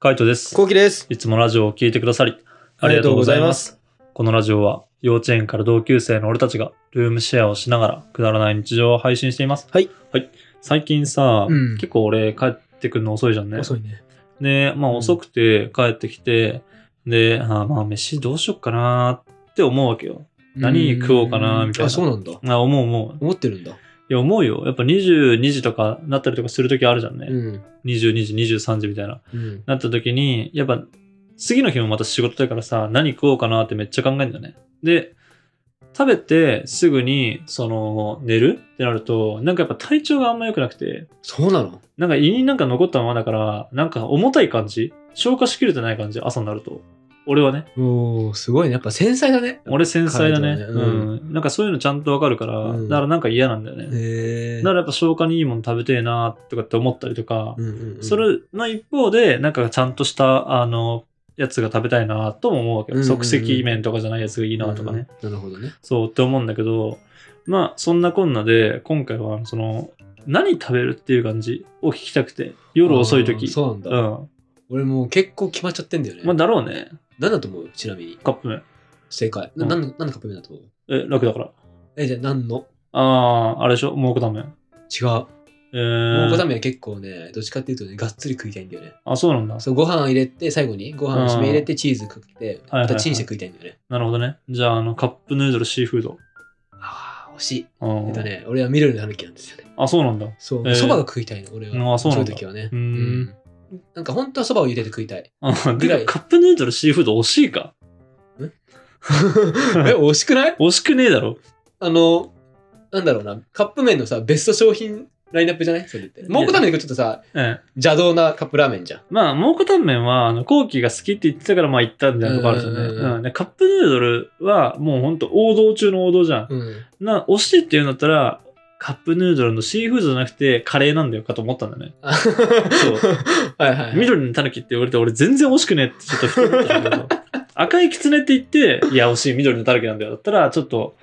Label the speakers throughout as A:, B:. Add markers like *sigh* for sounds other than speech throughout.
A: カイトです。
B: コウキです。
A: いつもラジオを聴いてくださり、あ
B: あ
A: りがと
B: りがと
A: う
B: う
A: ご
B: ご
A: ざ
B: ざ
A: い
B: い
A: ま
B: ますす。
A: このラジオは、幼稚園から同級生の俺たちが、ルームシェアをしながら、くだらない日常を配信しています。
B: はい。
A: はい。最近さ、
B: うん
A: 結構俺、帰ってくるの遅いじゃんね。
B: 遅いね。
A: で、まあ
B: うん
A: 遅くて帰ってきて、で、あーまあ飯どうしよっかなーって思うわけよ。何食おうかなみたいな
B: あ、そうなんだ。
A: あ思う思う。い
B: 思ってるんだ。
A: や、思うよ。やっぱ22時とかなったりとかするときあるじゃんね。
B: うん。
A: 22時、23時みたいな。
B: うん。
A: なった時に、やっぱ、次の日もまた仕事だからさ、何食おうかなってめっちゃ考えるんだよね。で、食べてすぐに、その、寝るってなると、なんかやっぱ体調があんま良くなくて、
B: そうなの
A: なんか胃になんか残ったままだから、なんか重たい感じ消化しきれてない感じ朝になると。俺はね。
B: おー、すごいね。やっぱ繊細だね。
A: 俺繊細だね。
B: 体
A: う
B: はねうん
A: ん、なんかそういうのちゃんとわかるから、
B: うん
A: だからなんか嫌なんだよね。
B: へ
A: だ
B: え。
A: からやっぱ消化にいいもの食べてえなとかって思ったりとか、
B: うんうんうん
A: それの一方で、なんかちゃんとした、あの、や即席麺とかじゃないやつが食べたいなとも思うわけ
B: うん
A: ど、
B: うんうん
A: 即席麺とかじゃないやつがいいなとかね。。
B: うんなるほどね。
A: そうって思うんだけど、まあ、そんなこんなで、今回は、その、何食べるっていう感じを聞きたくて、夜遅い
B: あー
A: 時。
B: そうなん
A: う
B: だ。
A: ん。
B: 俺もう結構決まっちゃってんだよね。
A: まあ、だろうね。
B: 何だと思うちなみに。
A: カップ麺。
B: 正解。な
A: うん
B: 何の何のカップ麺だと思う
A: え、楽だから。
B: え、じゃあ何の
A: ああ、あれでしょ蒙古タンメン。
B: 違う。も
A: え
B: う
A: ー、
B: お固めは結構ね、どっちかっていうとね、がっつり食いたいんだよね。
A: あ、そうなんだ。
B: そう、ご飯入れて、最後にご飯を締め入れて、チーズかけ
A: は
B: て、
A: いはいはい
B: またチンして食いたいんだよね。
A: なるほどね。じゃあ、あの、カップヌードルシーフード。
B: ああ、惜しい。
A: うん
B: えっとね、俺は緑の狸なんですよね。
A: あ、そうなんだ。
B: そう、
A: えー
B: 蕎麦が食いたいの、俺は。
A: あそうなんだ
B: いう時はね。
A: う
B: うんん。なんか本当は蕎麦を茹でて食いたい。
A: *laughs* あ
B: ぐら
A: で
B: い
A: カップヌードルシーフード惜しいか
B: え、惜しくない
A: 惜しくねえだろ。
B: あの、なんだろうな、カップ麺のさ、ベスト商品ラインナップじゃないそれって。蒙古タンメンがちょっとさ、
A: ええ、
B: 邪道なカップラーメンじゃん。
A: まあ、蒙古タンメンは、あの、後期が好きって言ってたから、まあ、行ったみたいなとこあるじゃんね。
B: うんうんうん
A: うんでカップヌードルは、もうほんと王道中の王道じゃん。
B: うん。
A: な、推してって言うんだったら、カップヌードルのシーフードじゃなくて、カレーなんだよかと思ったんだよね。
B: あ *laughs* はいはい。
A: 緑のタヌキって言われて、俺全然惜しくねえってちょっと太ったんだけ
B: *laughs*
A: ど。赤いキツネって言って、いや、惜しい緑のタヌキなんだよ。だったら、ちょっと、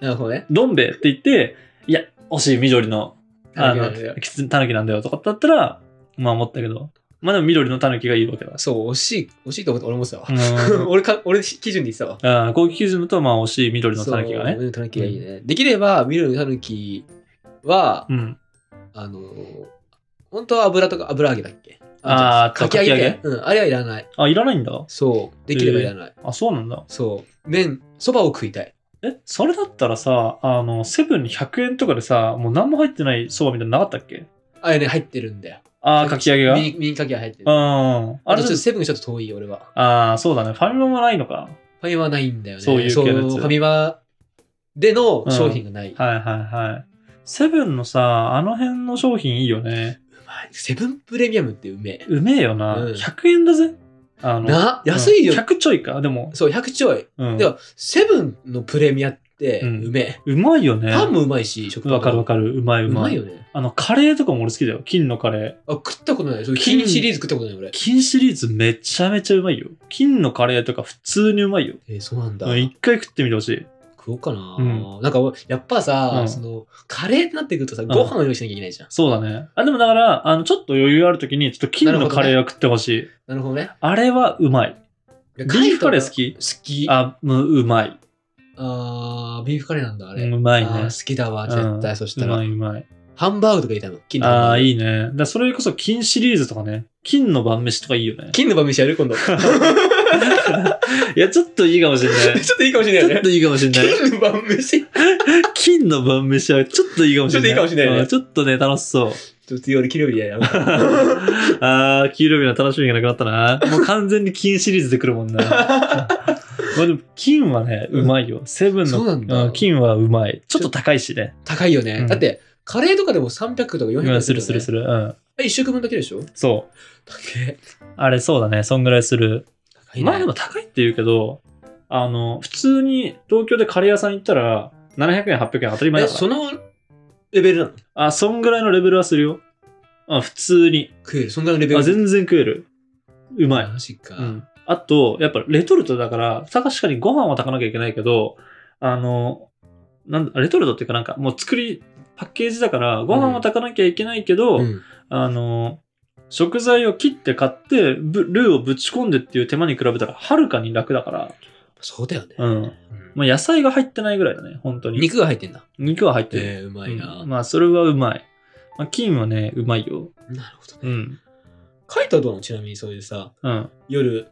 B: なるほどね。
A: どん兵衛って言って、いや、惜しい緑のあ
B: 狸な
A: の
B: んだよ、
A: きつタヌキなんだよとかだったら、まあ思ったけど、まあでも緑のタヌキがいいわけだ。
B: *laughs* そう、惜しい、惜しいと思って俺もさ
A: う、ん。
B: *laughs* 俺か、俺基準で言ってたわ。
A: ああ、攻撃ズムとまあ惜しい緑の
B: そう
A: タヌキがね。
B: 緑の狸がいいね。できれば、緑の狸は
A: う、ん。
B: あのー、本当は油とか油揚げだっけ
A: あー
B: かき揚げ
A: か
B: ねうん、あれはいらない。
A: あ、いらないんだ。
B: そう。できればいらない。
A: あ、そうなんだ。
B: そう。麺、そばを食いたい。
A: え、それだったらさ、あの、セブンに100円とかでさ、もう何も入ってないそばみたいなのなかったっけ
B: あれね、入ってるんだよ。
A: ああ、かき揚げが。う
B: ミ
A: ん。
B: ニミニかき揚げ入ってる。あ
A: あ
B: と
A: れ
B: ちょっとセブンがちょっと遠い、俺は。
A: ああ、そうだね。ファミマもないのか。
B: ファミマはないんだよね。
A: そういう系のやつ
B: そうファミマでの商品がない。
A: はいはいはい。セブンのさ、あの辺の商品いいよね。
B: うまいセブンプレミアムってうめえ。
A: うめえよな。
B: うん
A: 100円だぜ。あの、
B: な、安いよ。
A: うん100ちょいか、でも。
B: そう、100ちょい。
A: うん
B: でも、セブンのプレミアって
A: うん
B: うめえ。
A: うまいよね。
B: パンもうまいし、食パンも
A: わかるわかる。うまいううま
B: ま
A: い。
B: いよね。
A: あの、カレーとかも俺好きだよ。金のカレー。
B: あ、食ったことない。そう金シリーズ食ったことない、俺。
A: 金シリーズめちゃめちゃうまいよ。金のカレーとか普通にうまいよ。
B: えーそうなんだ。
A: うん一回食ってみてほしい。
B: 食おうかな、
A: う
B: なんか俺やっぱさ、
A: うん
B: そのカレーってなってくるとさご飯を用意しなきゃいけないじゃん、
A: そうだね。あ、でもだから、あの、ちょっと余裕あるときに、ちょっと金のカレーは食ってほしい。
B: なるほどね
A: あれはうまい。
B: ビ
A: ビーフカレー好き
B: 好きあ
A: あ、もううまい。
B: あービーフカレーなんだあれ、
A: うんうまいね
B: あー好きだわ絶対、
A: うん
B: そした
A: う
B: ら
A: まいうまい。
B: ハンバーグとかいたの金の
A: ああ、
B: い
A: いいね。だからそれこそ金シリーズとかね。金の晩飯とかいい
B: *laughs*
A: よね。
B: 金の晩飯やる今度
A: *laughs*
B: ちょ
A: いや、ちょっといいかもしれない。
B: っと *laughs* いいかもしれ
A: ちょ
B: ないよ
A: っ
B: ね
A: といいかもしれ
B: *laughs*
A: ない。
B: 金の晩飯ち
A: 金の晩飯はちょっといいかもしれない。
B: ちょっといいかもしれないね
A: うんちょっとね、楽しそう。
B: ょっと夜金曜日ややろう
A: *laughs* あー、給料日の楽しみがなくなったな。もう完全に金シリーズで来るも *laughs* んな。まあでも、金はね、うまいよ。セブン
B: そう
A: の、
B: なんだ
A: うん金はうまい。ちょっと高いしね。
B: 高いよね、
A: うん
B: だってカレーとかでも300とか400とか、
A: 今
B: ね、
A: するするする。うん。
B: え一食分だけでしょ
A: そ
B: 高え
A: う。あれ、そうだね。そんぐらいする。
B: 高いね
A: まあでも高いって言うけど、あの、普通に東京でカレー屋さん行ったら、700円、800円当たり前
B: え
A: だか
B: そ
A: ら。
B: のレベルなの
A: あ、そんぐらいのレベルはするよ。あ普通に。
B: 食えるそんぐらいのレベル
A: あ、全然食える。うまい。
B: マジか、
A: うん、あと、やっぱレトルトだから、確かにご飯は炊かなきゃいけないけど、あの、なんレトルトっていうかなんかもう作り、パッケージだから、ご飯は炊かなきゃいけないけど、
B: うん
A: あの、食材を切って買って、ぶルーをぶち込んでっていう手間に比べたら、はるかに楽だから、
B: そうだよね。
A: うん。
B: うん
A: まあ、野菜が入ってないぐらいだね、本当に。
B: 肉が入ってんだ。
A: 肉は入ってる。
B: えー、うまいな、
A: うんまあ、それはうまい。まあ、金はね、うまいよ。
B: なるほどね。
A: うん。
B: カイトはどうなのちなみにそういうさ、
A: うん。
B: 夜、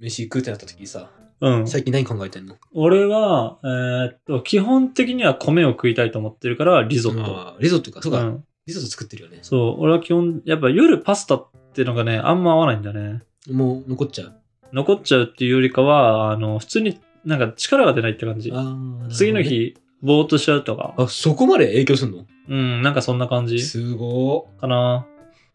B: 飯食うってなった時さ、
A: うん。
B: 最近何考えてんの
A: 俺は、えーっと、基本的には米を食いたいと思ってるから、リゾット。
B: あーリゾットか。そう
A: う
B: か、
A: ん。
B: リゾット作ってるよね。
A: そう。俺は基本、やっぱ夜パスタってのがね、あんま合わないんだね。
B: もう残っちゃう。
A: 残っちゃうっていうよりかは、あの、普通になんか力が出ないって感じ。
B: あー
A: 次の。
B: なる
A: 日、ぼーっとしちゃうとか
B: ほ。どねあ、そこまで影響すんの
A: うん、なんかそんな感じ
B: すご
A: かな。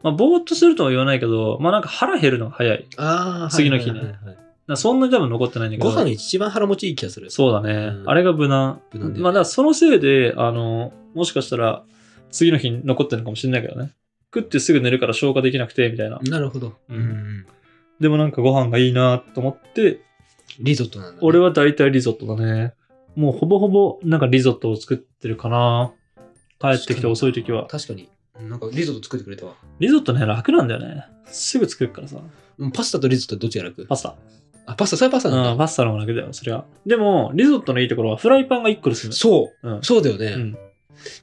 A: まあ、ぼーっとするとは言わないけど、まあなんか腹減るのが早い。
B: ー。あー
A: 次の日ね
B: はいはいはいはい
A: なんかそんなに多分残ってないんだけ
B: ご
A: ど。
B: 飯一番腹持ちいい気がする。
A: そうだね。
B: うん
A: あれが無難。
B: 無難だよね
A: まあだからそのせいで、あの、もしかしたら次の日に残ってるのかもしれないけどね。食ってすぐ寝るから消化できなくて、みたいな。
B: なるほど。
A: う
B: うんん。
A: でもなんかご飯がいいなと思って、
B: リゾットなんだ、ね。
A: 俺は大体リゾットだね。もうほぼほぼなんかリゾットを作ってるかな。帰ってきて遅い時は。
B: 確かに。なんかリゾット作ってくれたわ。
A: リゾットね、楽なんだよね。すぐ作るからさ。
B: うんパスタとリゾットどっちが楽
A: パスタ。
B: あ、パスタ、それはパスタな
A: うんん、
B: だ。
A: パスタの方が楽だよ、そりゃ。でも、リゾットのいいところはフライパンが1個で済む。
B: そう。
A: うん。
B: そうだよね。
A: うん。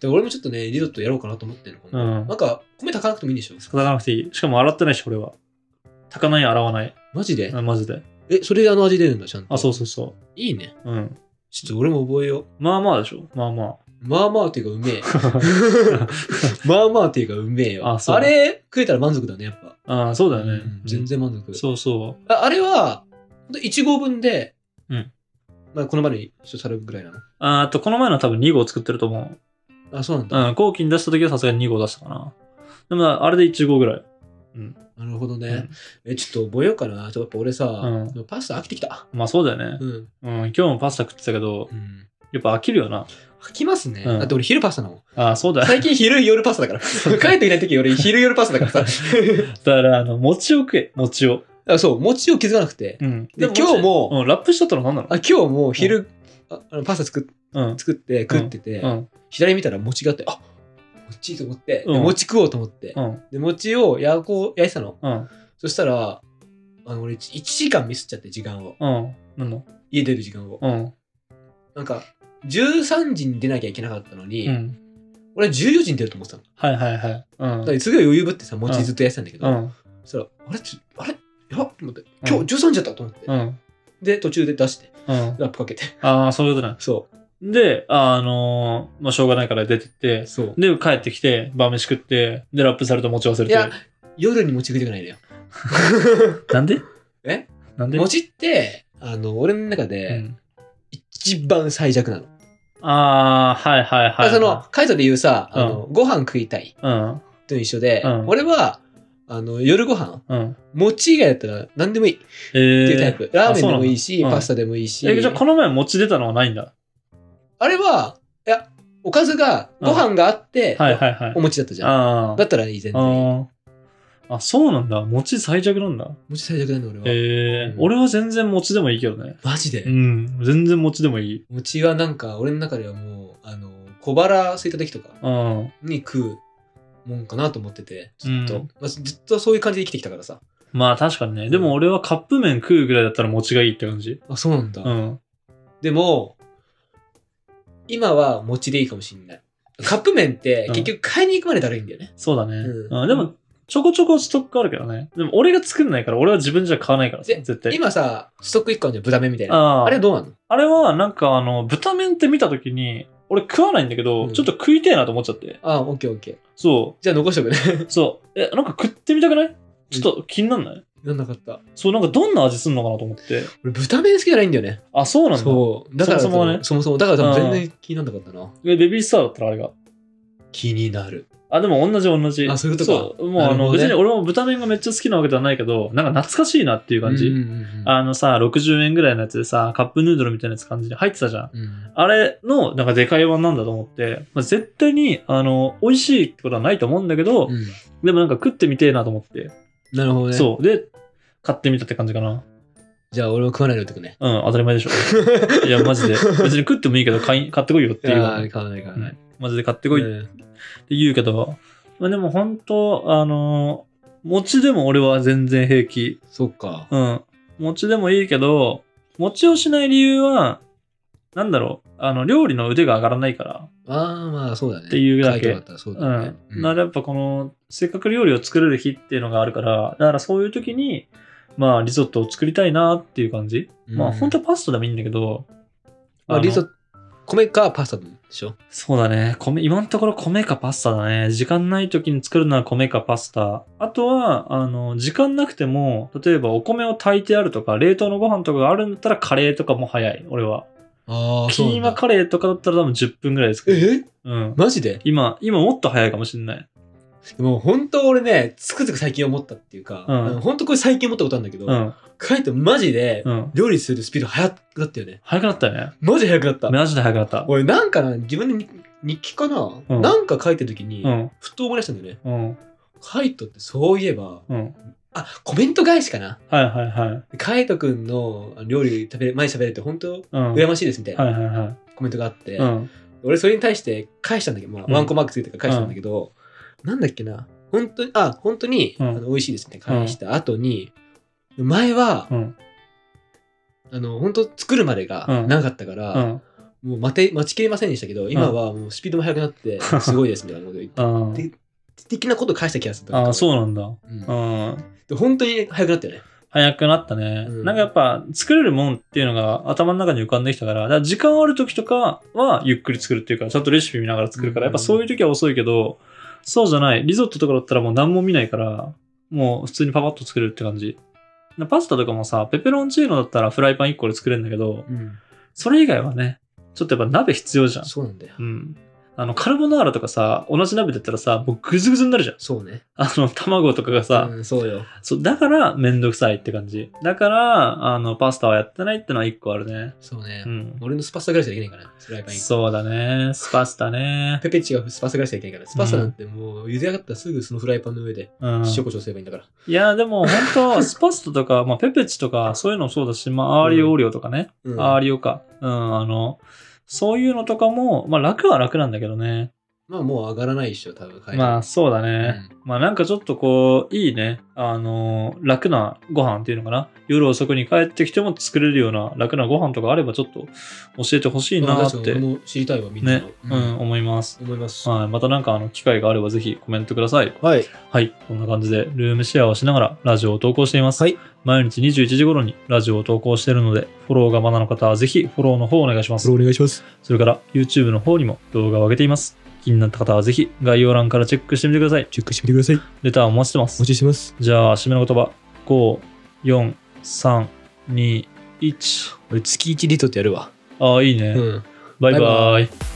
B: で俺もちょっとね、リゾットやろうかなと思ってるの。
A: うん
B: なんか、米炊かなくてもいいんでしょ
A: 叩かなくていい。しかも洗ってないし、俺は。炊かない、洗わない。
B: マジで
A: うんマジで。
B: え、それであの味出るんだ、ちゃんと。
A: あ、そう
B: う。
A: そうそ
B: いいね。
A: う。うん。
B: ちょっと俺も覚えよう。
A: まあまあでしょ。まあま
B: まあまあっていうかう
A: *laughs*
B: めえ。
A: あ。
B: まあまあっていうかうめえよ。
A: あ
B: あ
A: そう
B: れ食えたら満足だね、やっぱ。
A: あーそうだよね。
B: うん全然満
A: う
B: 足
A: ん。。そうそ
B: ああれは、ほんと1合分で、
A: うん
B: まあ、この前に一緒されるぐらいなの。
A: う。あーあと、この前の多分2号作ってると思う。
B: あ、そうなんだ。
A: うん、後期に出した時はさすがに2号出したかな。でも、あれで1号ぐらい。
B: なるほど
A: う
B: ね
A: ん。
B: え、ちょっと覚えようかな。ちょっとやっぱ俺さ、
A: う
B: パスタ飽きてきた。
A: まあそうだよね
B: う。ん。
A: うん、今日もパスタ食ってたけど、
B: うん、
A: やっぱ飽きるよな。
B: 飽きますね。
A: うん
B: だって俺昼パスタなの。
A: ああ、そうだよ。
B: 最近昼夜パスタだから。帰ってきない時俺昼夜パスタだ
A: *laughs*
B: からさ。
A: だから、あの、餅を食え、餅を。
B: あそう、餅を気づかなくて。
A: うん。
B: で
A: も
B: 今日も
A: うん、ラップしちゃったの何なの
B: あ今日も昼、ああのパスタ作っ
A: うん。
B: 作って食ってて、
A: うん。
B: 左見たら餅があって、あ餅と思って、で
A: うん
B: 餅食おうと思って、
A: うん。
B: で餅を焼こう焼いてたの。
A: うん。
B: そしたら、あの俺1時間ミスっちゃって、時間を。
A: うん。なんの
B: 家出る時間を。
A: うん。
B: なんか、13時に出なきゃいけなかったのに、
A: うん。
B: 俺は14時に出ると思ってたの。
A: はいはいはい。うん
B: だか。らすごい余裕ぶってさ、餅ずっと焼いてたんだけど、
A: うん。
B: そしたら、あれちょあれやばっと思って、今日13時だったと思って、
A: うん。
B: で、途中で出して、
A: うん。
B: ラップかけて。 *laughs*
A: ああ、そういうことね。
B: そ
A: で、あのーまあ、しょうがないから出てって
B: う。、そう。
A: で、帰ってきて、晩飯食って、で、ラップされた餅忘れ
B: いや
A: て。、
B: 夜に餅食いたくないのよ。
A: なんで
B: え
A: なんで
B: 餅って、あの、俺の中
A: う
B: で
A: ん
B: 一番最弱なの。
A: ああ、はいはいはい。
B: あその、カイトで言うさ、あの、ご飯食いたい
A: うん、
B: と一緒で、
A: うん
B: 俺は、あの、夜ご飯
A: うん。
B: 餅以外だったら何でもいいって
A: えー、
B: いうタイプ。ラーメンでもいい
A: そう
B: し、
A: なんだうん
B: パスタでもいいし。
A: え、じゃあこの前餅出たのはないんだ。
B: あれは、いや、おかずが、ご飯があって、
A: はいはいはい
B: お。餅だったじゃん。
A: あ
B: だったらいい、全
A: あ
B: 然。
A: ああ。あ、そうなんだ。餅最弱なんだ。
B: 餅最弱なの俺は。
A: えー、
B: うん
A: 俺は全然餅でもいいけどね。
B: マジで、
A: うん、全然餅でもいい。
B: 餅はなんか、俺の中ではもう、あの、小腹空いた時とか
A: うん。
B: に食うもんかなと思ってて、ずっと。
A: うん
B: まあ、ずっとそういう感じで生きてきたからさ。
A: まあ確かにね。でも俺はカップ麺食うぐらいだったら餅がいいって感じ。
B: あ、そうなんだ。
A: うん。
B: でも、今は餅でいいかもし
A: *laughs*
B: んない。カップ麺って
A: うん
B: 結局買いに行くまでだるいんだよね。
A: そうだね。
B: う
A: うんん。でも、ちょこちょこストックあるけどね。でも俺が作んないから、俺は自分じゃ買わないからさ、
B: で
A: 絶対。
B: 今さ、ストック1個あるじゃん、豚麺みたいな。
A: あ
B: あ
A: あ
B: れどうなの
A: あれは、なんか、あの、豚麺って見たときに、俺食わないんだけど、
B: うん
A: ちょっと食いてえなと思っちゃって。
B: ああ、オッケーオッケー。
A: そ
B: じゃあ残しとくね。 *laughs*
A: う。そう。え、なんか食ってみたくないちょっと気になんない、
B: なんなかった。
A: そう、なんかどんな味すんのかなと思って。
B: 俺、豚麺好きじゃないんだよね。
A: あ、そうなんだ。
B: そう。だから
A: そもそもね
B: そもそも。だから多
A: う
B: 分
A: ん
B: 全然気になんなかったな。
A: えベビースターだったらあれが。
B: 気になる。
A: あ、でも同じ同じ。
B: あそういうことか
A: そう。もうあ
B: なる
A: の、
B: ほどね
A: 別に俺も豚麺がめっちゃ好きなわけではないけど、なんか懐かしいなっていう感じ。
B: うんうんうんうん
A: あのさ、60円ぐらいのやつでさ、カップヌードルみたいなやつ感じで入ってたじゃん。
B: うん
A: あれの、なんかでかい版なんだと思って、まあ、絶対に、あの、美味しいってことはないと思うんだけど、
B: うん
A: でもなんか食ってみてえなと思って。
B: なるほどね。
A: そう。で、買ってみたって感じかな。
B: じゃあ俺も食わないでおいてくね。
A: うん、当たり前でし
B: *laughs*
A: ょ。いや、マジで。別に食ってもいいけど買い、買ってこいよっていう
B: あ
A: わ
B: あ、。買わない買わない。
A: マジで買ってこいっ
B: うん
A: て言うけど、まあ、でも本当、あのー餅でも俺は全然平気。
B: そっか。
A: うん。餅でもいいけど、餅をしない理由は、なんだろう、あの、料理の腕が上がらないから。
B: ああ、まあそうだね。
A: っていうだけ
B: 書いてもらったらそう
A: う
B: だね
A: ん。。なやっぱこの、せっかく料理を作れる日っていうのがあるから、だからそういう時に、まあリゾットを作りたいなっていう感じ。まあ本当
B: は、
A: はパスタでもいいんだけど、
B: まあ、
A: の
B: リゾット、米かパスタでしょ。
A: そうだね。米、今のところ米かパスタだね。時間ない時に作るのは米かパスタ。あとは、あの、時間なくても、例えばお米を炊いてあるとか、冷凍のご飯とかがあるんだったらカレーとかも早い、俺は。
B: あ
A: キーマカレーとかだったら多分10分ぐらいですけど。
B: え
A: うん。
B: マジで
A: 今、今もっと早いかもしれない。
B: でも本当俺ね、つくづく最近思ったっていうか、
A: うん
B: 本当これ最近思ったことあるんだけど、
A: うん。
B: カイトマジで
A: うん。
B: 料理するスピード早くなったよね。
A: 早くなったよね。
B: マジで早くなった。
A: マジで早くなった。
B: 俺なんかな、自分で日日記かな、
A: うん
B: なんか書いてる時に、
A: うん。
B: ふと思い出したんだよね。
A: うん。
B: カイトってそういえば、
A: うん。
B: あ、コメント返しかな。
A: はいはいはい。
B: カイトくんの料理食べ、前に喋れて本
A: う
B: 当、
A: ん。
B: 羨ましいですみたいな
A: はいはいは
B: コメントがあって、
A: い。うん。
B: 俺それに対して返したんだけど、まあ
A: うん
B: ワンコマークついてから返したんだけど、なんだっけな本当にあ本当に、
A: うん
B: あの美味しいですね返した後に、前は、
A: うん。
B: あの本当作るまでが
A: うん
B: 長かったか
A: う
B: ら、
A: ん。
B: もう待て待ちきれませんでしたけど今はもうスピードも速くなって、
A: *laughs*
B: すごいですみたいなこと言っ
A: うん。
B: て的なことを返した気がする
A: ああ、そう
B: う、
A: なんだ。
B: うん
A: うん。
B: で本当に速くなったよね
A: 早くなったね、
B: うん
A: なんかやっぱ作れるもんっていうのが頭の中に浮かんできたから、だから時間ある時とかはゆっくり作るっていうか、ちゃんとレシピ見ながら作るから、
B: う
A: やっ
B: ん
A: ぱそういう時は遅いけど、そうじゃない。リゾットとかだったらもう何も見ないから、もう普通にパパッと作れるって感じ。パスタとかもさ、ペペロンチーノだったらフライパン1個で作れるんだけど、
B: うん
A: それ以外はね、ちょっとやっぱ鍋必要じゃん。
B: そうなんだよ
A: うん。あの、カルボナーラとかさ、同じ鍋だったらさ、もうグズグズになるじゃん。
B: そうね
A: あの、卵とかがさ、
B: うん、そうよ
A: そう、だからめんどくさいって感じ。だから、あの、パスタはやってないってのは一個あるね。
B: そうね、
A: うん。
B: 俺のスパスタぐらいしかできないからフライパン一個
A: そうだね。スパスタね。
B: ペペッチがスパスタぐらいしかいけないから、スパスタなんてもう、茹で上がったらすぐそのフライパンの上で、
A: うん。
B: 塩コショウすればいいんだから。
A: いや、でも本
B: *laughs*
A: 当スパスタとか、まあ、ペペチとか、そういうのもそうだし、まあ、アーリオオーリオとかね。
B: うん
A: アーリオか。うん、あの、そういうのとかも、まあ、楽は楽なんだけどね。
B: まあもう上がらないでしょ、多分。
A: まあ、
B: あ、
A: そうだ
B: う
A: ね。
B: ん
A: まあ、なんかちょっとこう、いいね。あの、楽なご飯っていうのかな。夜遅くに帰ってきても作れるような楽なご飯とかあれば、ちょっと教えてほしい
B: まあ
A: なっ
B: 確かに
A: て
B: 俺。も知りたいわ、みんな
A: ね
B: の。、
A: うん、思います。
B: 思います。
A: はい、またなんかあの機会があればぜひコメントください。
B: はい。
A: はい、こんな感じでルームシェアをしながらラジオを投稿しています。
B: はい
A: 毎日21時頃にラジオを投稿しているので、フォローがまだの方はぜひフォローの方をお願いしま
B: それ
A: す。
B: お願いします。
A: それから YouTube の方にも動画を上げています。気になった方はぜひ概要欄からチェックしてみてください。
B: チェックしてみてください。
A: レターをお待ちしてま
B: お
A: す
B: 待。ちしてます。
A: じゃあ、締めの言葉。5、4、3、2、1。
B: 俺月1リートってやるわ。
A: ああ、いいね。
B: うん。
A: バイバ
B: バ
A: イ。